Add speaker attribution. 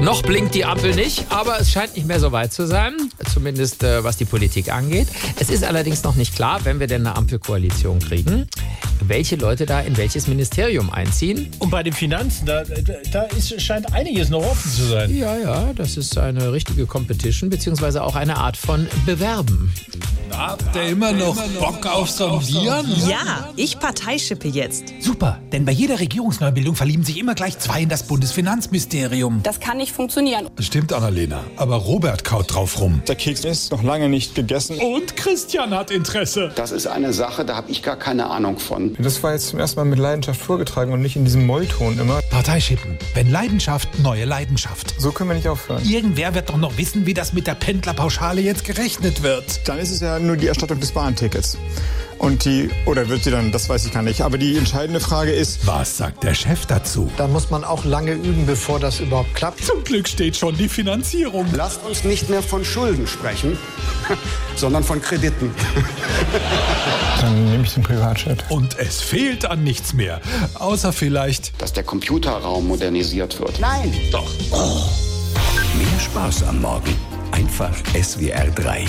Speaker 1: Noch blinkt die Ampel nicht, aber es scheint nicht mehr so weit zu sein, zumindest äh, was die Politik angeht. Es ist allerdings noch nicht klar, wenn wir denn eine Ampelkoalition kriegen, welche Leute da in welches Ministerium einziehen.
Speaker 2: Und bei den Finanzen, da, da ist, scheint einiges noch offen zu sein.
Speaker 1: Ja, ja, das ist eine richtige Competition, beziehungsweise auch eine Art von Bewerben.
Speaker 3: Habt ihr immer noch Bock auf Sambieren?
Speaker 4: Ja, ich Parteischippe jetzt.
Speaker 5: Super, denn bei jeder Regierungsneubildung verlieben sich immer gleich zwei in das Bundesfinanzministerium.
Speaker 6: Das kann nicht funktionieren.
Speaker 3: Stimmt, Annalena. Aber Robert kaut drauf rum.
Speaker 7: Der Keks ist noch lange nicht gegessen.
Speaker 2: Und Christian hat Interesse.
Speaker 8: Das ist eine Sache, da habe ich gar keine Ahnung von.
Speaker 9: Das war jetzt zum ersten Mal mit Leidenschaft vorgetragen und nicht in diesem Mollton immer.
Speaker 5: Parteischippen. Wenn Leidenschaft, neue Leidenschaft.
Speaker 9: So können wir nicht aufhören.
Speaker 5: Irgendwer wird doch noch wissen, wie das mit der Pendlerpauschale jetzt gerechnet wird.
Speaker 7: Dann ist es ja nur die Erstattung des Bahntickets. Und die, oder wird die dann, das weiß ich gar nicht. Aber die entscheidende Frage ist,
Speaker 3: Was sagt der Chef dazu?
Speaker 10: Da muss man auch lange üben, bevor das überhaupt klappt.
Speaker 2: Zum Glück steht schon die Finanzierung.
Speaker 8: Lasst uns nicht mehr von Schulden sprechen, sondern von Krediten.
Speaker 9: Dann nehme ich den Privatchat.
Speaker 2: Und es fehlt an nichts mehr. Außer vielleicht.
Speaker 8: Dass der Computerraum modernisiert wird. Nein!
Speaker 11: Mehr Spaß am Morgen. Einfach SWR 3.